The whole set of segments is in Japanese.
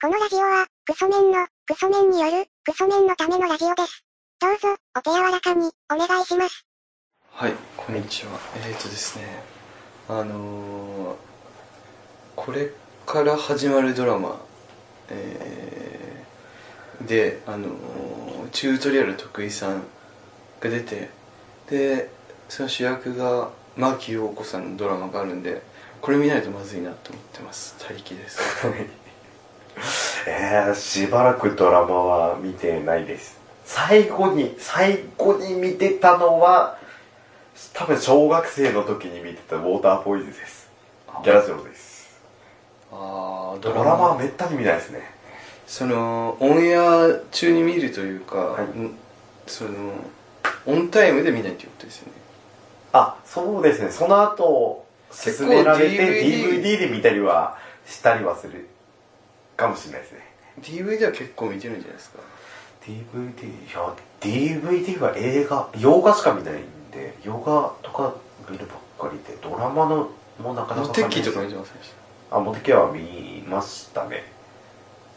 このラジオは、クソメンの、クソメンによる、クソメンのためのラジオです。どうぞ、お手柔らかに、お願いします。はい、こんにちは。えー、とですね、あのーこれから始まるドラマ、えーで、あのーチュートリアル徳井さんが出て、で、その主役が牧陽子さんのドラマがあるんで、これ見ないとまずいなと思ってます。他力です。えー、しばらくドラマは見てないです最後に最後に見てたのは多分小学生の時に見てたウォーターボーイズですギャラジオですあードラマはめったに見ないですねそのオンエア中に見るというか、はいんそのオンタイムで見ないということですよねあそうですねその後結勧構められて DVD DVD, で見たりはしたりはするかもしれないですね DVD は結構見てるんじゃないですか DVD いや DVD は映画洋画しか見ないんで洋画とか見るばっかりでドラマのもうなかなモかテキとか見見てませんでしたあモテキは見ましたね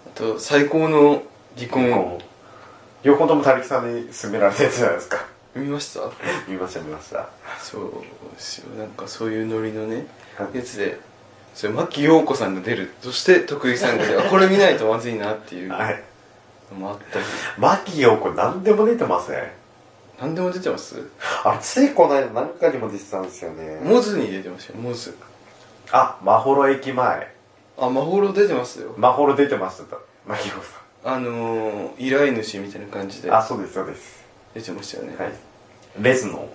あと最高の離婚こう両方ともたるきさんに勧められたやつじゃないですか見ました見ました見ましたそうですよなんかそういうノリのねはいやつでそれ牧陽子さんが出るそして徳井さんが出るあこれ見ないとまずいなっていうの はいもあったり牧陽子何でも出てません何でも出てますあついこの間何かにも出てたんですよねモズに出てましたよモズあまほろ駅前あまほろ出てますよまほろ出てましたと牧陽子さあのー、依頼主みたいな感じでんあそうですそうです出てましたよね、はいレズの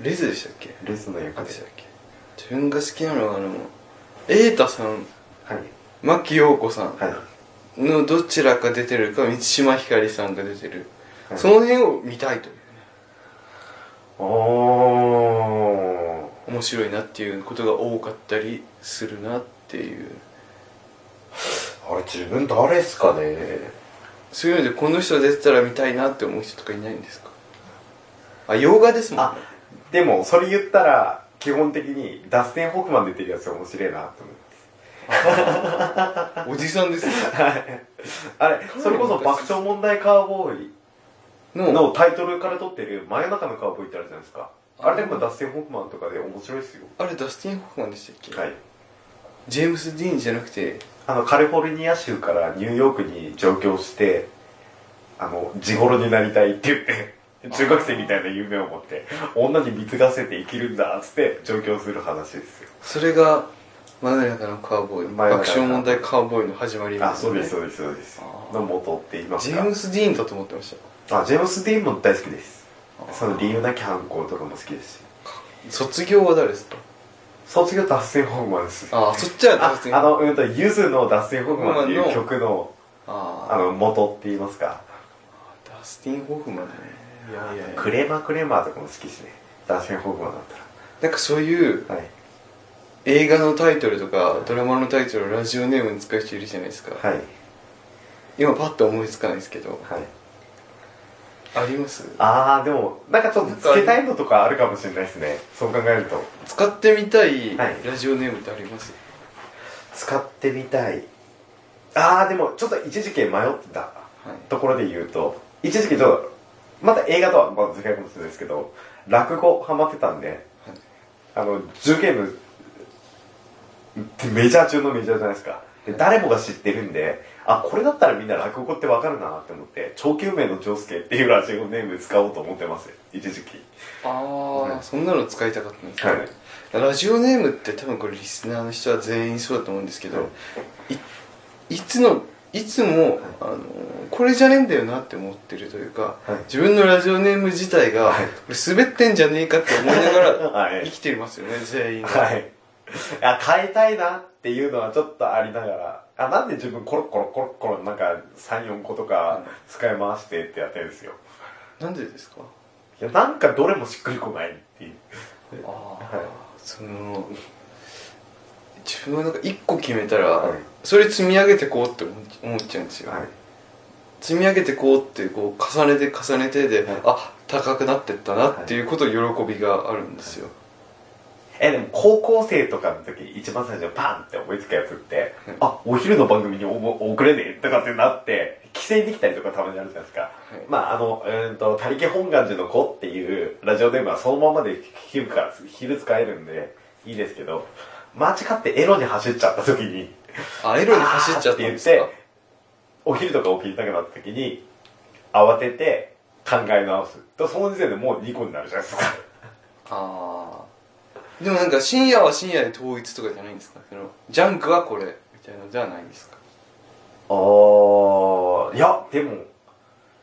レズでしたっけレズの何役ででしたっけ自分が好きなのはあの瑛太さんはい牧陽子さはいんのどちらか出てるか満島ひかりさんが出てる、はいその辺を見たいというねおー面白いなっていうことが多かったりするなっていうあれ自分誰っすかねそういうのでこの人出てたら見たいなって思う人とかいないんですかあ洋画ですもんねあでもそれ言ったら基本的にダステン・ホフマン出てるやつ面白いなと思っておじさんですよ あれそれこそ爆笑問題カーボーイののタイトルから取ってる真夜中のカーボーイってあるじゃないですかあれでもダステン・ホフマンとかで面白いっすよあれダスティン・ホフマンでしたっけ、はいジェームス・ディーンじゃなくてあのカリフォルニア州からニューヨークに上京してあの地頃になりたいって言って中学生みたいな夢を持って女に貢がせて生きるんだっつって上京する話ですよそれが真夜中のカウボーイ真夜中の爆笑問題カウボーイの始まりあなんそうよねですそうですそうですあーの元って言いますジかェームス・ディーンだと思ってましたあジェームス・ディーンも大好きですあーその理由なき犯行とかも好きですし卒業は誰ですか卒業脱線ホーマンですああそっちはあ別にあのうんとゆずの脱線ホーマンっていう曲のああの元って言いますかーダスティン・ホフマンねいやいやいやクレーマークレーマーとかも好きですね脱線ホーマンだっなんかそういうたらはい映画のタイトルとかドラマのタイトルをラジオネームに使う人いるじゃないですか、はい今パッと思いつかないですけどはいありますああでもなんかちょっとつけたいのとかあるかもしれないですねそう考えると使ってみたいはいラジオネームってあります、使ってみたいああでもちょっと一時期迷ってたはいところで言うと一時期ちょっとまた映画とはまず違うかもしれないですけど落語ハマってたんではいあの10ゲームってメジャー中のメジャーじゃないですかで誰もが知ってるんであこれだったらみんな落語ってわかるなって思って「超救命の丈介」っていうラジオネーム使おうと思ってます一時期ああ、はいそんなの使いたかったんですね、はいラジオネームって多分これリスナーの人は全員そうだと思うんですけど、、はいいつのいつも、あのこれじゃねえんだよなって思ってるというか、はい自分のラジオネーム自体が、はいこれ滑ってんじゃねえかって思いなが はらい生きてますよね、全員が、はいあ変えたいなっていうのはちょっとありながらあなんで自分コロコロコロコロなんか34個とか使い回してってやってるんですよなんでですかいやなんかどれもしっくりこないっていうああ、はいその自分はなんか1個決めたら、はいそれ積み上げてこうって思っ思っちゃうんですよ、はい積み上げてこうってこう重ねて重ねてで、はいあ高くなってったなっていうことを喜びがあるんですよ、いえ、でも高校生とかの時、一番最初にパンって思いつくやつって、うんあ、お昼の番組におも遅れねえとかってなって、帰省できたりとかたまにあるじゃないですか。まあ、あの、うーんと、他力本願寺の子っていうラジオ電話はそのままで昼から、昼使えるんで、いいですけど、間違ってエロに走っちゃった時に、あエロに走っちゃったんですあーっかてお昼とか起きなくなった時に、慌てて考え直す。と、その時点でもう2個になるじゃないですか。ああでもなんか深夜は深夜で統一とかじゃないんですかそのジャンクはこれみたいなのじゃないんですかあー、いや、でも、い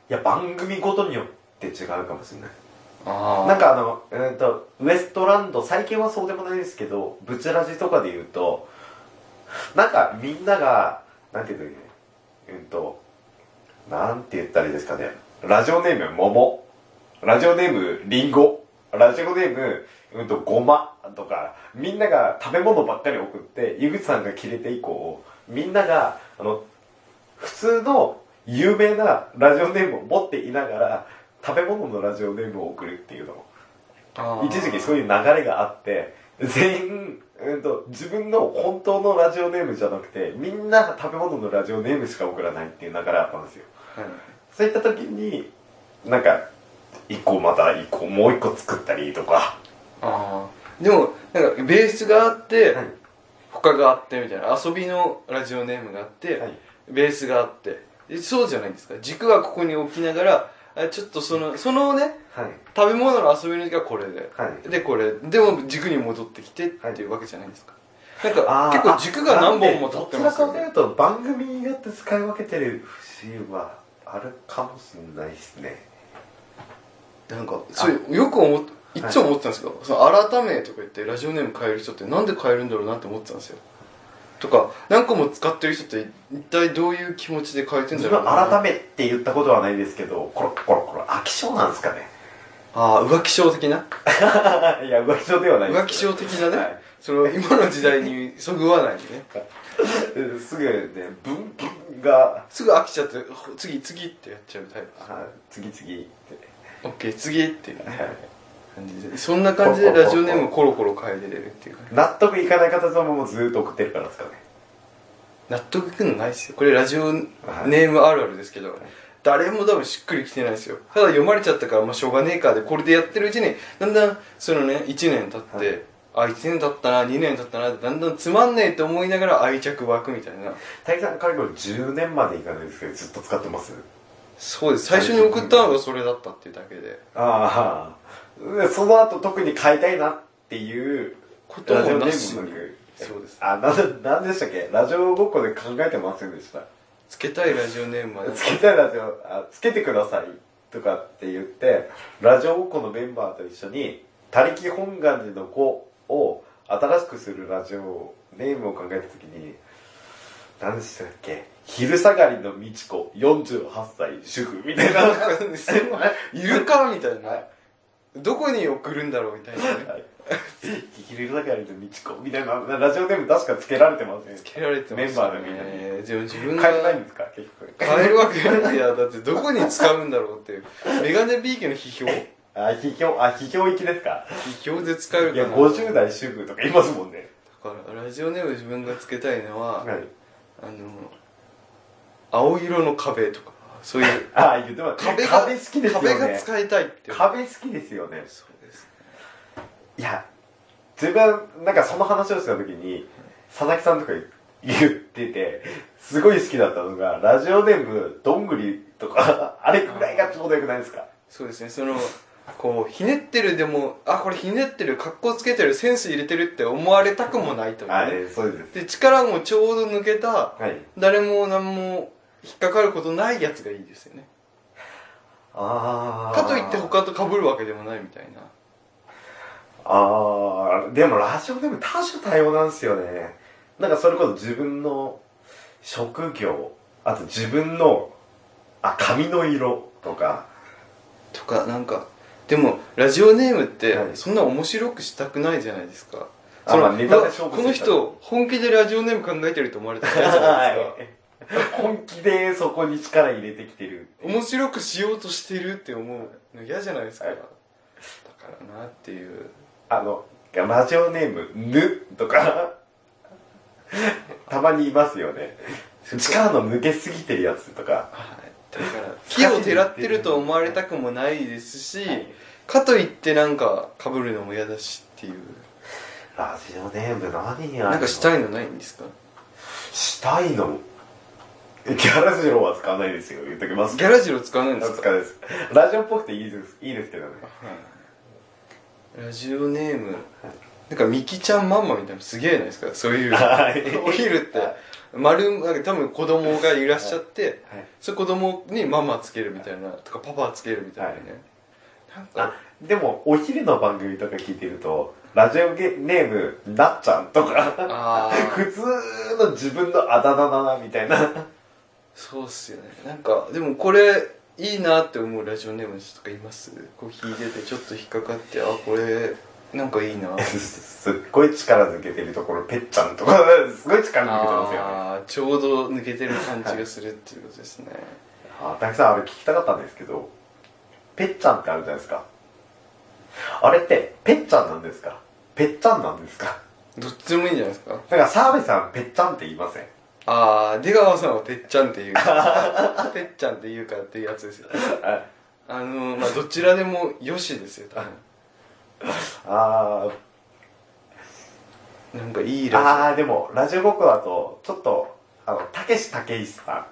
や、番組ごとによって違うかもしれない。ああなんかあの、えー、とウエストランド最近はそうでもないですけどブチラジとかで言うとなんかみんながなんていうのねうんとなんて言ったらいいですかねラジオネーム桃ラジオネームリンゴラジオネームうんとごまとかみんなが食べ物ばっかり送って井口さんが切れて以降みんながあの普通の有名なラジオネームを持っていながら食べ物のラジオネームを送るっていうのもあー一時期そういう流れがあって全員、うん、と自分の本当のラジオネームじゃなくてみんな食べ物のラジオネームしか送らないっていう流れあったんですよはいそういった時になんか一個また一個もう一個作ったりとか、ああでもなんかベースがあって、はい他があってみたいな遊びのラジオネームがあって、はいベースがあってえそうじゃないんですか軸はここに置きながらあちょっとそのそのねはい食べ物の遊びの時はこれで、はいでこれでも軸に戻ってきてっていうわけじゃないんですか、なんか結構軸が何本も立ってますよ、よね、ねどちらかというと番組によって使い分けてる節はあるかもしれないですねなんかそうよく思っいつも思ってたんですけど、その改めとか言ってラジオネーム変える人ってなんで変えるんだろうなって思ってたんですよとか何個も使ってる人って一体どういう気持ちで変えてん自だろ分うな改めて言ったことはないですけどコロコロコロ飽き性なんですかね ああ浮気症的ないや浮気性ではないです浮気症的なね、はいその今の時代にそぐわないねうんすぐね文文がすぐ飽きちゃってほ次次ってやっちゃうタイプあ次々ってオッケー次っていうはねい感じでそんな感じでラジオネームをコロコロ変えれるっていうか納得いかない形のままずーっと送ってるからですかね納得いくのないっすよこれラジオネームあるあるですけど、誰も多分しっくりきてないですよただ読まれちゃったからまあしょうがねえかでこれでやってるうちにだんだんそのね1年経って、あ1年経ったな2年経ったなってだんだんつまんねえと思いながら愛着湧くみたいな大木さんかれこれ10年までいかないですけどずっと使ってますそうです最初に送ったのがそれだったっていうだけでああでその後特に変えたいなっていうことラジオもネなしーにムなくそうですあなんなんでしたっけラジオごっこで考えてませんでしたつけたいラジオネームまでつけたいラジオあつけてくださいとかって言ってラジオごっこのメンバーと一緒に「他力本願寺の子」を新しくするラジオネームを考えた時に何でしたっけ「昼下がりのみちこ48歳主婦」み たいないるかみたいなどこに送るんだろうみたいなね昼下がりのみちこみたいなラジオネーム確かつけられてませんつけられてましたねメンバーのみんでも自分変えがてないんですか結局変えるわけないやだってどこに使うんだろうっていうメガネビーケの批評あ批評あ批評行きですか批評で使えるいかやな50代主婦とかいますもんねだからラジオネーム自分がつけたいのは、はいあの青色の壁とかそういうあ言ってます壁が壁好きですよね壁が使いたいっていう壁好きですよねそうですいや自分なんかその話をした時に佐々木さんとか言っててすごい好きだったのがラジオネームどんぐりとか あれくらいがちょうどよくないですかそうですねそのこうひねってるでもあこれひねってる格好つけてるセンス入れてるって思われたくもないというあねれそうですで力もちょうど抜けたはい誰も何も引っかかることないやつがいいですよねああかといって他と被るわけでもないみたいなああでもラジオネーム多種多様なんですよねなんかそれこそ自分の職業あと自分のあ髪の色とかとかなんかでもラジオネームってはいそんな面白くしたくないじゃないですか、あそのまあネタで勝負このするから人本気でラジオネーム考えてると思われたら嫌 じゃないですかはい、本気でそこに力入れてきてる面白くしようとしてるって思うの嫌じゃないですか、はいだからなっていうあのラジオネーム、ぬとか、 たまにいますよね。力の抜けすぎてるやつとか。だから木をてらってると思われたくもないですし、かといってなんか被るのも嫌だしっていうラジオネーム何やなんかしたいのないんですかしたいのギャラジロは使わないですよ。言っときますギャラジロ使わないんけでど。す使かわないです。ラジオっぽくていいですいいですけどね。ラジオネームなんかミキちゃんマンマみたいなのすげえないですかそういうはいお昼って丸なんか多分子供がいらっしゃってはいそれ子供にママつけるみたいなとかパパつけるみたいなねなんあかでも、お昼の番組とか聞いてると、ラジオゲネーム、なっちゃんとか、ああ 普通の自分のあだ名だな、みたいな。 そうっすよねなんかでもこれいいなって思うラジオネームの人とかいますこう聞いててちょっと引っかかってあこれなんかいいなすっごい力抜けてるところ、ぺっちゃんとか、 すごい力抜けてますよね。あーちょうど抜けてる感じがするっていうことですね、あ、たくさんあれ聞きたかったんですけど、ぺっちゃんってあるじゃないですか。あれって、ぺっちゃんなんですかぺっちゃんなんですかどっちでもいいんじゃないですかなんか澤部さん、ぺっちゃんって言いませんああ出川さんはてっちゃんっていうてっちゃんっていうか っていうやつですよああのーまあどちらでもよしですよ多あー分なんかいいラジオああー、でも、ラジオごっこだと、ちょっと、あの、たけしたけいしさ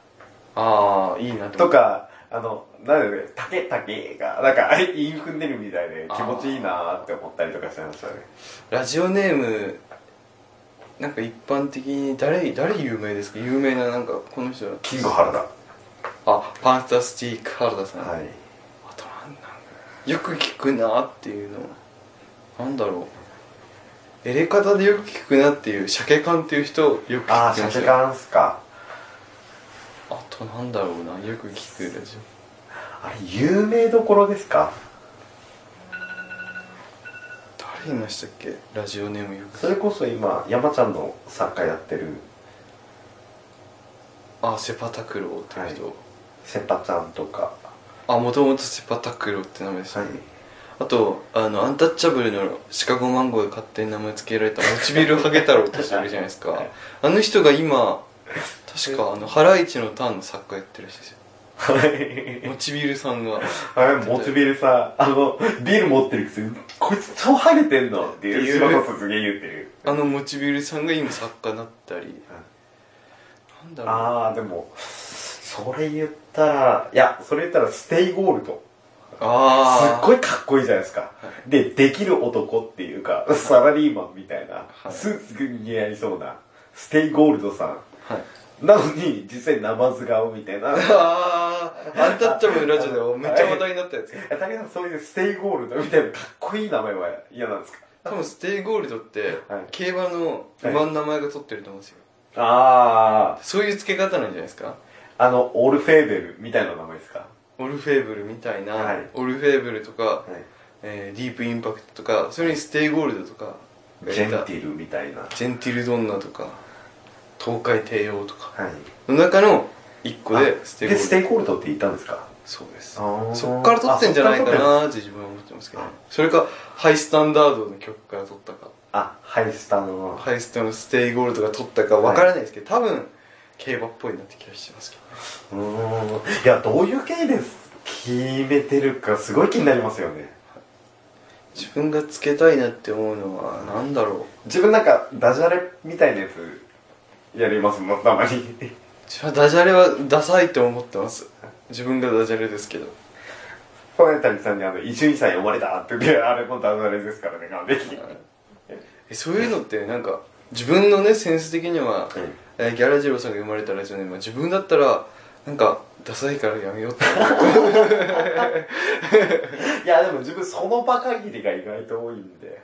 あーいいなと思んうとか、あの、なんだろうね、たけたけが、なんか、 言い踏んでるみたいで、気持ちいいなーって思ったりとかしましたね。ラジオネームなんか一般的に誰誰有名ですか有名ななんかこの人キング原田。はあファンタスティック原田さん、あい。となんなんだろうよく聞くなっていうのなんだろうエレカタでよく聞くなっていう鮭缶っていう人よく聞きああ、まシャすケよあカンっすか。となんだろうなよく聞くラジあれ、有名どころですかオ誰いましたっけラジオネームよくそれこそ今、山ちゃんの作家やってる、あセパタクローっていう人、はセパちゃんとか。あもともとセパタクローって名前でした、はい。あとあのアンタッチャブルのシカゴマンゴーで勝手に名前付けられ たモチビルハゲ太郎って人いるじゃないですかあの人が今確かあのハライチのターンの作家やってる人ですよはい。モチビルさんがあれ、モツビルさ、あの、ビール持ってるくせに、こいつ超ハゲてんのっていう、っていう島こそすげえ言うてる。あのモチビルさんが今作家になったりなんだろうああ、でも、それ言ったら、いや、それ言ったら、ステイゴールド。すあっあごいかっこいいじゃないですか。はで、できる男っていうか、サラリーマンみたいな、はいスーツに似合いそうな、ステイゴールドさはいん。なのに、実際ナマズ顔みたいな。 あーアンタッチャブルのラジオでめっちゃ話題になったやつえ、武田さんそういうステイゴールドみたいなかっこいい名前は嫌なんですか多分ステイゴールドってはい競馬の馬の名前が取ってると思うんですよあそういう付け方なんじゃないですかあ、あの、オルフェーベルみたいな名前ですかオルフェーブルみたいな、はいオルフェーブルとか、はい。えーディープインパクトとかそれにステイゴールドとかジェンティィルみたいな。はジェンティルドンナとか東海帝王とかい。の中の一個でステイで、ゴールスドテイゴールドって言ったんですかそうですあーそっから撮ってんじゃないかなーって自分は思ってますけどねそれかハイスタンダードの曲から撮ったかあ、ハイスタの。ハイスタのステイゴールドが撮ったかわからないですけど、多分競馬っぽいなって気がしてますけどねうーん。いや、どういう経緯です決めてるか、すごい気になりますよね。自分がつけたいなって思うのは何だろう自分なんか、ダジャレみたいなやつ、やりますもん、たまに。 私はダジャレはダサいと思ってます自分がダジャレですけどこの谷さんにあの、伊集院さん呼ばれたって言って、あれもダジャレですからね、完璧に。えそういうのってなんか自分のねセンス的には、うんえーギャラジローさんが生まれたラジオネームは自分だったらなんかダサいからやめようって思ういや、でも自分その場限りが意外と多いんで。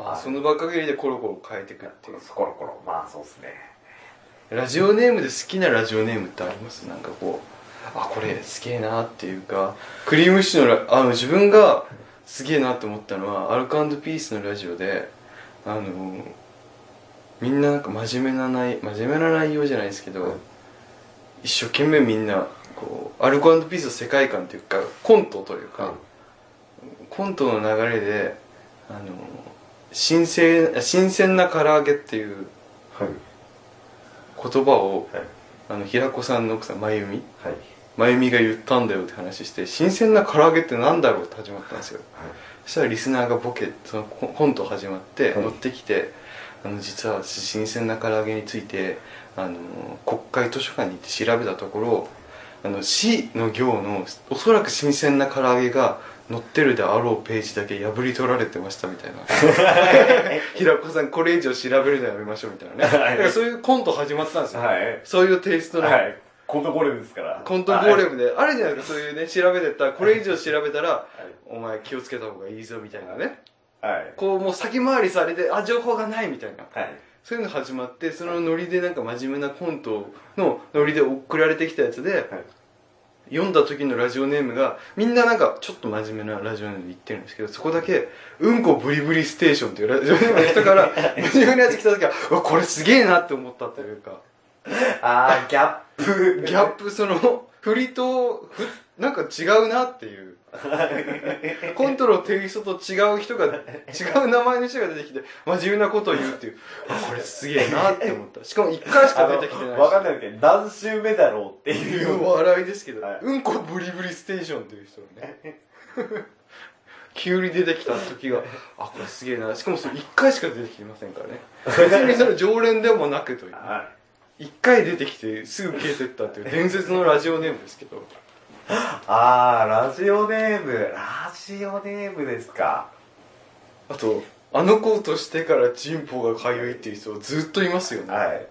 あその場限りでコロコロ変えていくっていうコロコロ。まあ、そうっすね。ラジオネームで好きなラジオネームってありますなんかこうあこれすげえなっていうかクリームシチューのラあの自分がすげえなって思ったのはアルカンドピースのラジオであのみんななんか真面目な内真面目な内容じゃないですけど、一生懸命みんなこうアルカンドピースの世界観というかコントというか、うんコントの流れであの新鮮新鮮な唐揚げっていうはい言葉をはいあの平子さんの奥さん真由美はい真由美が言ったんだよって話して新鮮な唐揚げってなんだろうって始まったんですよそしたらリスナーがボケそのココント始まってはい乗ってきて、あの実は私新鮮な唐揚げについてあの国会図書館に行って調べたところあの市の行のおそらく新鮮な唐揚げが載ってるであろうページだけ破り取られてましたみた いな平子さんこれ以上調べるのやめましょうみたいなね、はいだからそういうコント始まってたんですよ、はいそういうテイストの、はいコントゴレムですからコントゴーレムで、あるじゃないですか、そういうね、調べてったら、これ以上調べたら、お前気をつけた方がいいぞ、みたいなね。はいはいこう、もう先回りされて、あ、情報がない、みたいな。はいそういうの始まって、そのノリでなんか真面目なコントのノリで送られてきたやつで、読んだ時のラジオネームが、みんななんかちょっと真面目なラジオネームで言ってるんですけど、そこだけ、うんこブリブリステーションっていうラジオネームの人 から、真面目なやつ来た時は、うわ、これすげえなって思ったというか。あーギャップギャップ、その、振りと、ふなんか違うなっていう。 コントのテイストと違う人が、違う名前の人が出てきて、真面目なことを言うっていう。あ、これすげえなって思った。しかも一回しかあ出のてきてないし。わかんないけど何周目だろうっていいうう笑いですけど、はいうんこブリブリステーションっていう人がね。 急に出てきた時が、あ、これすげえな。しかもそれ一回しか出てきてませんからね。別にそれ常連でもなくという。はい一回出てきてすぐ消えてったっていう伝説のラジオネームですけど。あーラジオネームラジオネームですかあと、あの子としてからチンポがかゆいっていう人ずっといますよね。あれ、はい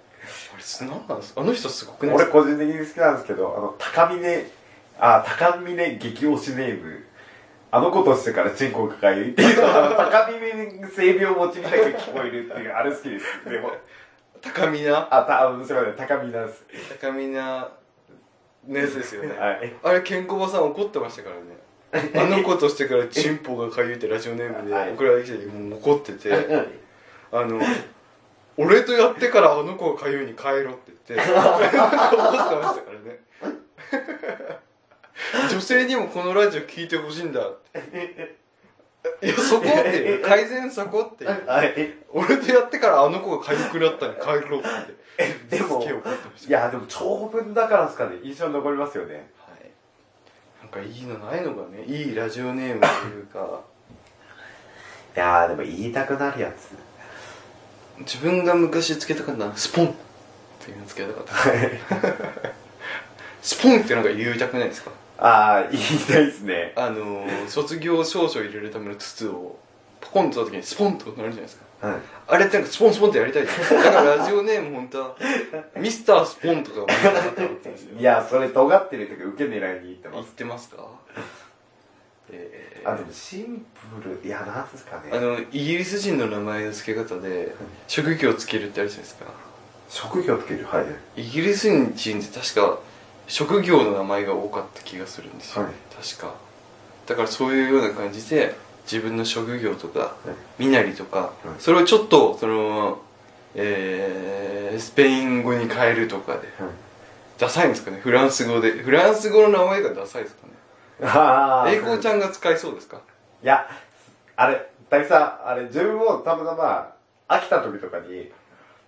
何なんですかあの人すごくないです俺か個人的に好きなんですけどあの高峰あ高峰激推しネームあの子としてからチンコがかゆいっていうのあの高峰性病持ちみたいに聞こえるっていうあれ好きですでも高見な、あたあのすいません高見なんです高見な、のやつですよね。はいあれ、ケンコバさん怒ってましたからね。あの子としてからチンポがかゆいってラジオネームはいで送られてきて、もう怒ってて、あの、俺とやってからあの子がかゆいに帰ろって言って、 怒ってましたからね。女性にもこのラジオ聞いてほしいんだって。いや、そこっていう、改善そこっていう。はい俺とやってからあの子がかゆくなったに帰ろうって言って。でもすげえ怒ってましたいやでも長文だからですかね印象に残りますよねはい。なんかいいのないのかね。いいラジオネームというか、いやーでも言いたくなるやつ自分が昔つけたかったのはスポンっていうのつけたかった。スポンってなんか言いたくないですかああ言いたいですねあのー、卒業証書入れるための筒をポコンと取った時にスポンとなるじゃないですか。はいあれってなんかスポンスポンってやりたいじゃないですか。だからラジオネーム本当は、ミスタースポンとかも言いたかったんですよ。いやそれ尖ってる時受け狙いに行って言まっすてますかえーあでもシンプルいやなんですかねあのイギリス人の名前の付け方で職業をつけるってあるじゃないですか職業つけるはいイギリス人って確か職業の名前が多かった気がするんですよ、はい確かだからそういうような感じで自分の職業とかはい身なりとか、いそれをちょっとそのえー、スペイン語に変えるとかでダサいんですかねフランス語でフランス語の名前がダサいですかねああ英語ちゃんが使いそうですかいやあれ大吉さんあれ自分もたまたま飽きた時とかに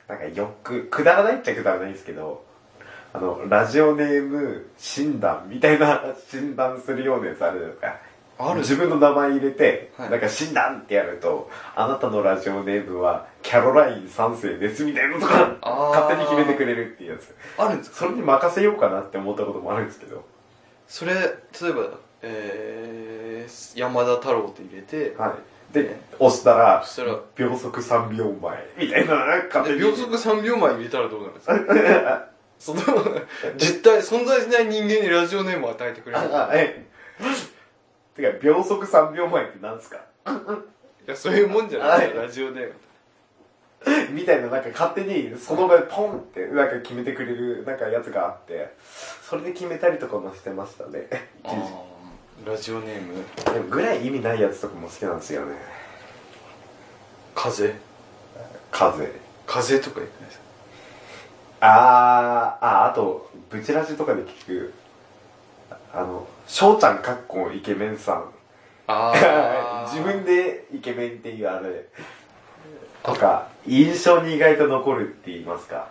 なんかよくくだらないっちゃくだらないんですけどあのラジオネーム診断みたいな診断するようなやつあるじゃないですかある自分の名前入れて、はいなんか診断ってやると、あなたのラジオネームはキャロライン3世ですみたいなのとか、あー勝手に決めてくれるっていうやつ。あるんですかそれに任せようかなって思ったこともあるんですけど。それ例えば、えー、山田太郎って入れて、はい。で、押したら、そしたら秒速3秒前、みたいな、なんか勝手で秒に。速3秒前入れたらどうなるんですかその実体存在しない人間にラジオネームを与えてくれるいあ、あええ。てか、秒速3秒前ってなんですかやそういうもんじゃないですかはラジオネームみたいな、なんか勝手に、その場でポンって、なんか決めてくれる、なんかやつがあって、それで決めたりとかもしてましたね。一時期ラジオネーム でもぐらい意味ないやつとかも好きなんですよね風風風とか言ってないですかあーああとブチラジとかで聞くあの翔ちゃんかっこイケメンさん あー自分でイケメンっていうあれとか印象に意外と残るって言いますか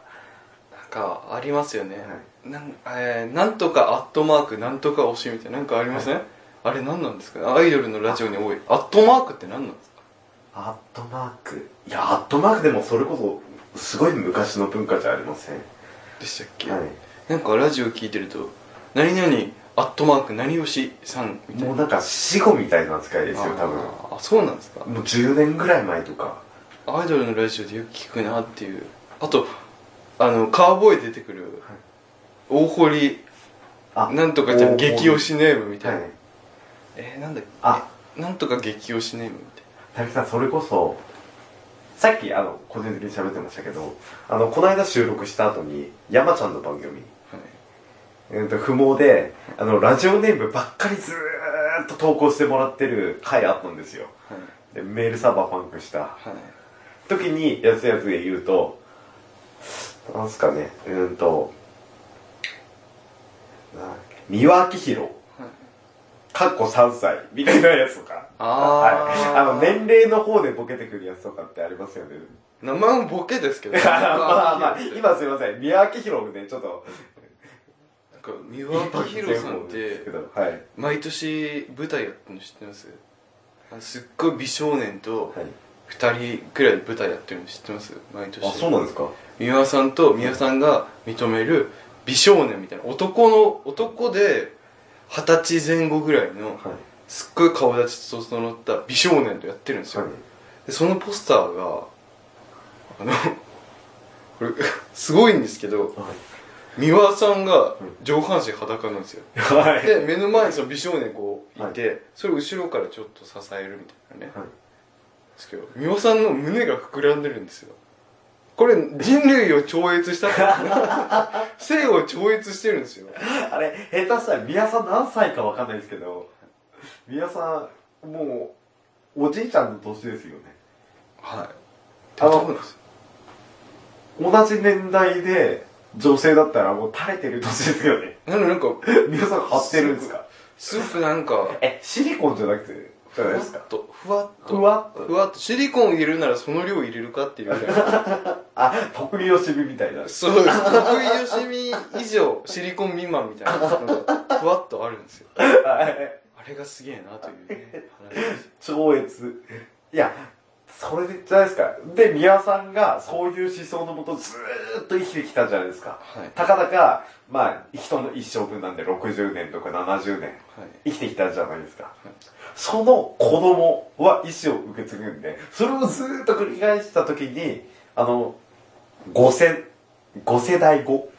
なんかありますよね、なんえーなんとかアットマークなんとか推しみたいななんかありません、あれ何なんですかアイドルのラジオに多いアットマークって何なんですかアットマークいやアットマークでもそれこそすごい昔の文化じゃありませんはでしたっけ、いなんかラジオ聞いてると何々アットマーク何推しさんみたいなもうなんか死後みたいな扱いですよ多分あーあそうなんですかもう10年ぐらい前とかアイドルのラジオでよく聞くなっていうあとあのカウボーイ出てくる、大堀あなんとかちゃんおー激推しネームみたいはな、いえー、なんだっけあえなんとか激推しネームみたいたけさんそれこそさっきあの個人的に喋ってましたけどあのこの間収録した後に山ちゃんの番組な、はえー、と不毛であのラジオネームばっかりずーっと投稿してもらってる回あったんですよいでメールサーバーパンクしたはいはい時にやつやつで言うとなんすかねうーんとなんだっけ三輪明宏かっこ3歳みたいなやつとかあーはい、あの年齢の方でボケてくるやつとかってありますよね 名前もボケですけどまあまあなんか今すいません三輪明宏でちょっと三輪明宏さんってはい、はい毎年舞台やってるの知ってますあのすっごい美少年と2人くらい舞台やってるの知ってます毎年あそうなんですか三輪さんと三輪さんが認める美少年みたいな男の男で二十歳前後ぐらいのはいすっごい顔立ちと整った美少年とやってるんですよ、でそのポスターがあのこれすごいんですけど三輪さんが上半身裸なんですよはいはいで目の前にその美少年こういて、はそれを後ろからちょっと支えるみたいなね、はいですけど三輪さんの胸が膨らんでるんですよこれ人類を超越したから生を超越してるんですよあれ下手したら宮さん何歳かわかんないですけど宮さんもうおじいちゃんの年ですよねはいあの多分です同じ年代で女性だったらもう垂れてる年ですよねなのでなんか皆さん張ってるんですかスープなんかえシリコンじゃなくてじゃふないわですかっとふわっとふわっとふわっとシリコン入れるならその量入れるかっていうぐらいあ特技のシビみたいな そうです得意よしみ以上シリコン未満みたいなのがふわっとあるんですよはいあれがすげえなというね話です超越いやそれでじゃないですかで宮さんがそういう思想のもとずーっと生きてきたじゃないですかはいたかだかまあ人の一生分なんで60年とか70年はい生きてきたじゃないですか、その子供は意思を受け継ぐんでそれをずーっと繰り返した時にあの5世5世代後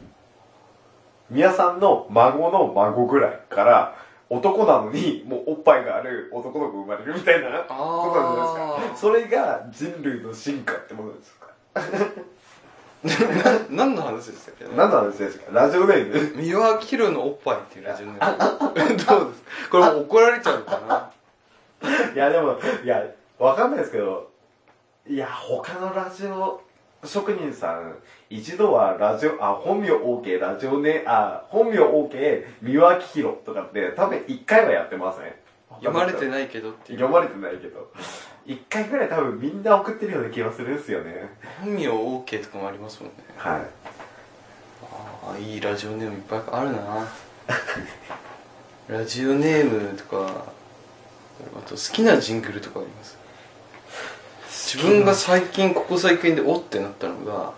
宮さんの孫の孫ぐらいから男なのにもうおっぱいがある男の子生まれるみたいなあことなんじゃないーですかそれが人類の進化ってものですかな何の話でしたっけ何の話ですかラジオネーム三輪明宏のおっぱいっていうラジオネーム どうですこれもう怒られちゃうのかないやでもいやわかんないですけどいや他のラジオ職人さん一度はラジオあ本名 OK ラジオねあ本名 OK 三輪明宏とかって多分一回はやってません読まれていないけどっていう読まれてないけど一回ぐらい多分みんな送ってるような気がするんですよね本名 OK とかもありますもんねはいああいいラジオネームいっぱいあるな ラジオネームとかあと好きなジングルとかあります自分が最近ここ最近でおってなったのが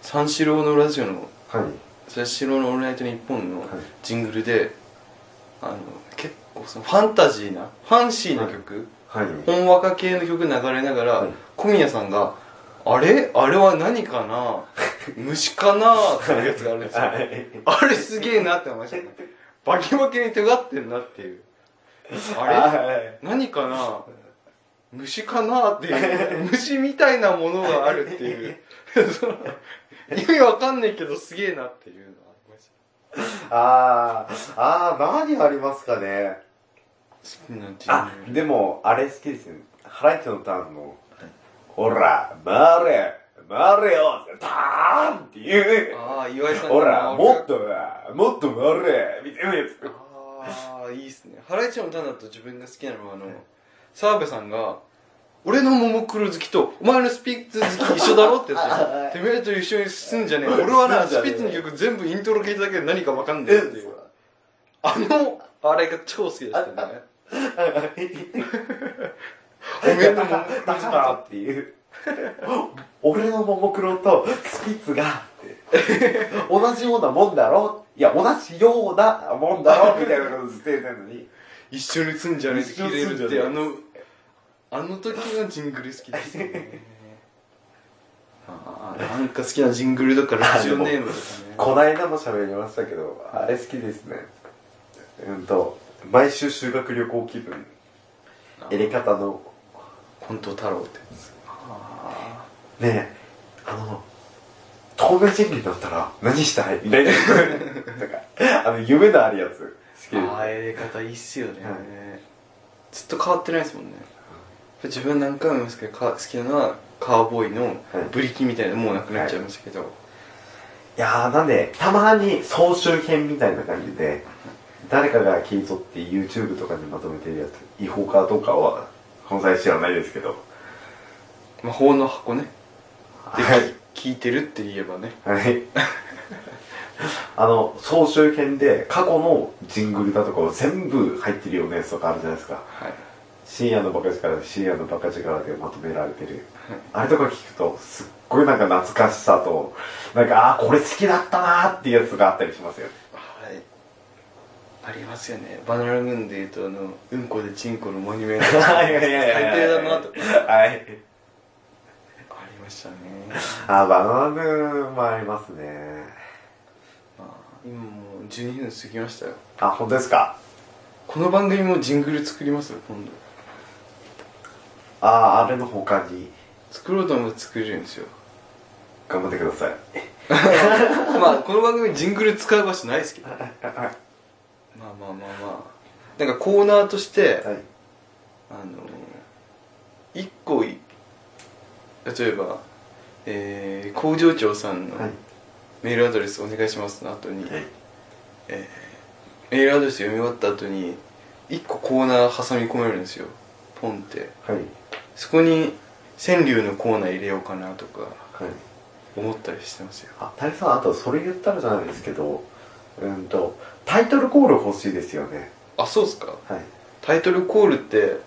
三四郎のラジオのはい三四郎の「オールナイトニッポン」のはいジングルで、あの結構そのファンタジーなファンシーな曲、はいほんわか系の曲流れながら、はい小宮さんが「あれあれは何か な虫かな?」っていうやつがあるんですよはいあれすげえなって思いましたねバキバキに尖ってんなっていうあれはい何かな虫かなって いう、虫みたいなものがあるっていう、その意味わかんないけどすげえなっていうのはありました。あーあー何ありますかねスピナチあ、でも、あれ好きですね。ハライチのターンの、ほら、回れ、回れよターンっていう、ああ、岩井さんほら、あもっと、もっと回れみたいなやつ。 ああ、いいっすね。ハライチのターンだと自分が好きなのは、あの、澤部さんが俺のももクロ好きとお前のスピッツ好き一緒だろってやあはいつてめえと一緒にすんじゃねえ俺はなすんじゃスピねえッツの曲全部イントロ聞いただけで何かわかんねえっていうあのあれが超好きでしたねおめえのももクロだからっていう俺のももクロとスピッツがって同じようなもんだろいや同じようなもんだろみたいなことずっと言ってるのに一緒にすんじゃねえって聞いれるって一あ緒にすんじゃねのあの時のジングル好きですねああなんか好きなジングルとかラジオネームとかねこないだも喋りましたけどあれ好きですねうんと毎週修学旅行気分エレカタの本当太郎ってやつねえあの透明人間だったら何したいみ たいなとかあの夢のあるやつ好きですああやり方いいっすよね、はいずっと変わってないですもんね自分何回も言いますけどか好きなのはカーボーイのブリキみたいなのもうなくなっちゃいましたけど、いやーなんでたまに総集編みたいな感じで誰かが切り取って YouTube とかにまとめてるやつ違法かどうかは本際知らないですけど魔法の箱ねで、はい聞いてるって言えばねはいあの総集編で過去のジングルだとかを全部入ってるようなやつとかあるじゃないですかはい深夜のバカ力深夜のバカ力でまとめられてる、あれとか聞くとすっごいなんか懐かしさとなんかああーこれ好きだったなーっていうやつがあったりしますよはいありますよねバナナムーンでいうとあのうんこでチンコのモニュメント最低だなとはいありましたねあ、バナナムーンもありますね。まあ今もう12分過ぎましたよあ、本当ですかこの番組もジングル作りますよ今度あ、あれの他に、作ろうと思って作れるんですよ 頑張ってください。まあこの番組ジングル使う場所ないですけどまあまあまあまあなんかコーナーとして、はい。あの一個い例えば、えー、工場長さんのはい。メールアドレスお願いしますの後に、メールアドレス読み終わった後に一個コーナー挟み込めるんですよポンってはい。そこに川柳のコーナー入れようかなとかはい。思ったりしてますよあ、大佐さん、あとそれ言ったらじゃないですけど、うんと、タイトルコール欲しいですよね。あそうっすかはい。タイトルコールって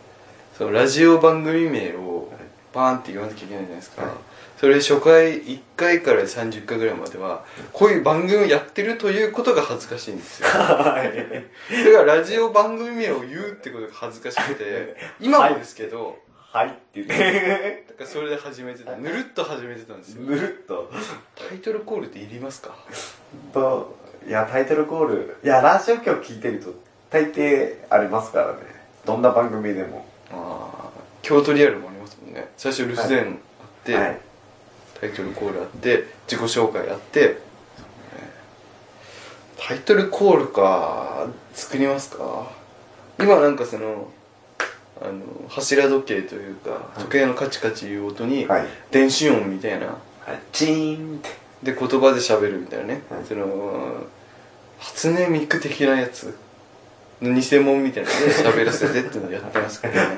そのラジオ番組名をバーンって言わなきゃいけないじゃないですか、はいそれ初回1回から30回ぐらいまではこういう番組をやってるということが恥ずかしいんですよ はい。だからラジオ番組名を言うってことが恥ずかしくて今もですけど、はいって言って、だからそれで始めてたぬるっと始めてたんですよぬるっと。タイトルコールっていりますかと、いや、タイトルコール、いや、ラジオ局聞いてると、大抵ありますからね。どんな番組でも。ああ京都リアルもありますもんね最初留守電あって、はい。タイトルコールあって自己紹介あって、タイトルコールか作りますか今なんかそのあの柱時計というか時計のカチカチいう音にはい。電子音みたいなはい。チーンって。で言葉で喋るみたいなね、はいその初音ミク的なやつの偽物みたい なので喋らせてっていうのをやってますけどね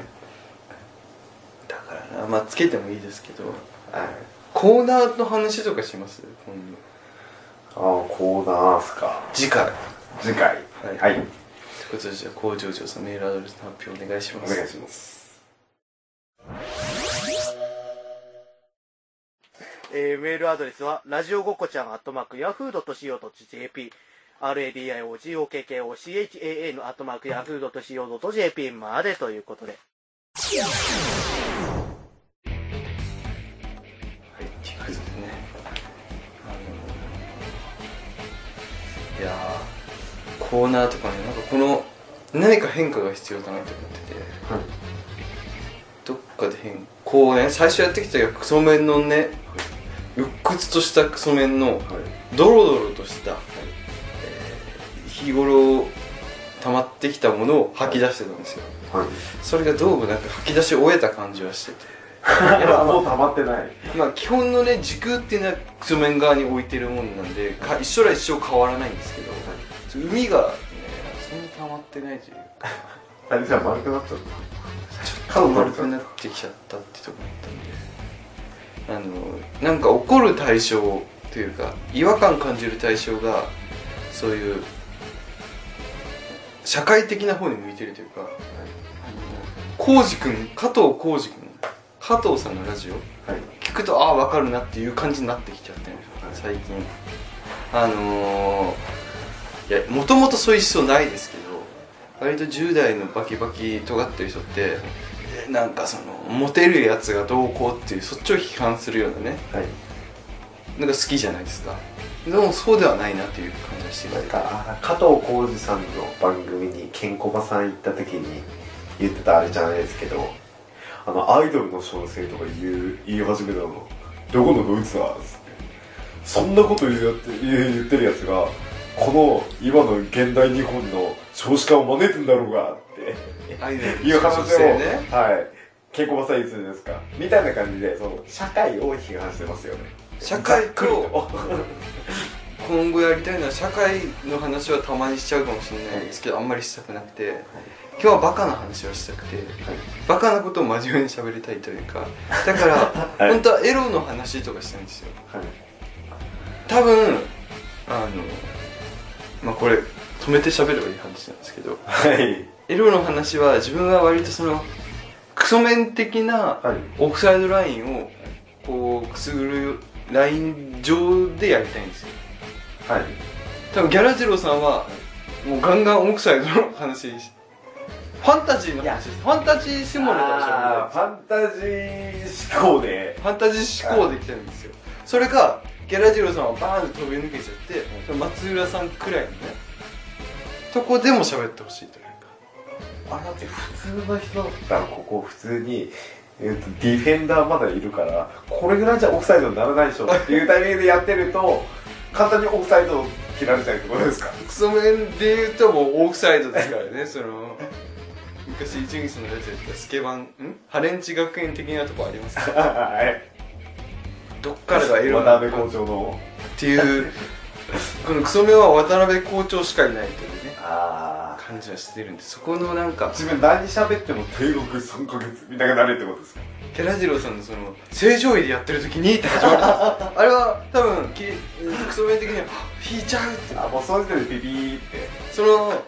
だからなまあつけてもいいですけどはい。コーナーの話とかします今度ああ、コーナーっすか。次回という次回。はいはい。ことでじゃあ工場長さんメールアドレスの発表お願いしまおす願いします。えーメールアドレスは、ラジオごっこちゃん、アットマーク、ヤフー .co.jp、radiogokochaa のアットマーク、ヤフー .co.jp までということで。はい、ということでねあのいやーコーナーとかねなんかこの何か変化が必要だなと思ってて、はいどっかで変こうね最初やってきたクソメンのね鬱屈としたクソメンのドロドロとした、えー日頃溜まってきたものを吐き出してたんですよ、はい。それがどうもなんか吐き出し終えた感じはしてていや、もう溜 まってない。まあ基本のね軸っていうのは正面側に置いてるもんなんでか一緒ら一生変わらないんですけど、海がねそんなに溜まってないというかあれじゃあ丸くなっちゃちょっっ顔丸くなってきちゃったってとこだったんであのなんか怒る対象というか違和感感じる対象がそういう社会的な方に向いてるというか浩司君加藤浩司君加藤さんのラジオはい聞くとああ分かるなっていう感じになってきちゃってるはい最近あのーいやもともとそういう思想ないですけど割と10代のバキバキ尖ってる人ってえなんかそのモテるやつがどうこうっていうそっちを批判するようなねはいなんか好きじゃないですかでもそうではないなっていう感じがしてなんてか加藤浩次さんの番組にケンコバさん行った時に言ってたあれじゃないですけどあのアイドルの小生とか言う言い始めたのどこのドイツだっつってそんなこと言うやって言う言ってるやつがこの今の現代日本の少子化を招いてんだろうがってアイドルいう話を、女性ねはいケンコバさん言ってたじゃないですかみたいな感じでその社会を批判してますよね社会ざっくりと今後やりたいのは社会の話はたまにしちゃうかもしれないですけど、あんまりしたくなくて、今日はバカな話をしたくて、バカなことを真面目に喋りたいというかだ から、い本当はエロの話とかしたいんですよはい多分あのまあこれ止めて喋ればいい話なんですけどはいエロの話は自分は割とそのクソメン的なはいオフサイドラインをこうくすぐるライン上でやりたいんですよはい多分ギャラジローさんはもうガンガンオフサイドの話しファンタジーの話ですファンタジー下ネタでしあーょファンタジー思考でファンタジー思考できてるんですよそれがギャラジローさんはバーンと飛び抜けちゃってその松浦さんくらいのねとこでも喋ってほしいというかあだって普通の人だったらここ普通に、えー、とディフェンダーまだいるからこれぐらいじゃオフサイドにならないでしょっていうタイミングでやってると簡単にオフサイドを切られちゃうってことです かクソメンで言うともうオフサイドですから ねその昔一さんのやつやったスケバンんハレンチ学園的なとこありますかはい どっからがエロ渡なの辺か校長のっていうこのクソメンは渡辺校長しかいないというねああ感じはしてるんでそこのなんか自分何喋っても定額3ヶ月みたいになるってことですか寺ラジローさんのその正常位でやってる時にって始まるんですよあれは多分きクソメン的にはあ引いちゃうってあもうその時点でビビーってその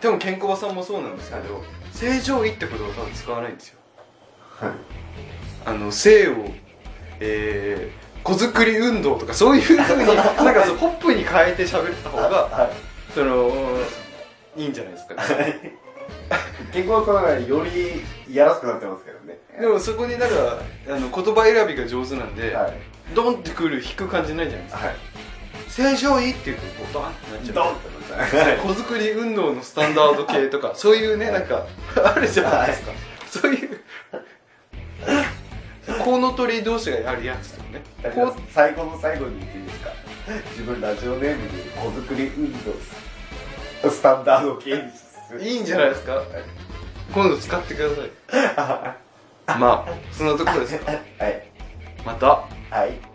でもケンコバさんもそうなんですけど正常位ってことを多分使わないんですよはいあの性をえー、子作り運動とかそういうふうになんかそのポップに変えて喋った方がはいそのいいんじゃないですか、ね、健康のがよりいやらしくなってますけどねでもそこにだからあの言葉選びが上手なんで、はいドンってくる引く感じないじゃないですかはい正常位っていうとこうドンってなっちゃうドンってことですねはい子作り運動のスタンダード系とかそういうねなんかあるじゃないですか、そういうコウノトリ同士がやるやつとかねこう最後の最後に言っていいですか自分ラジオネームに子作り運動ススタンダード系にすいいんじゃないですか今度使ってくださいまあそんなところですかはいまたはい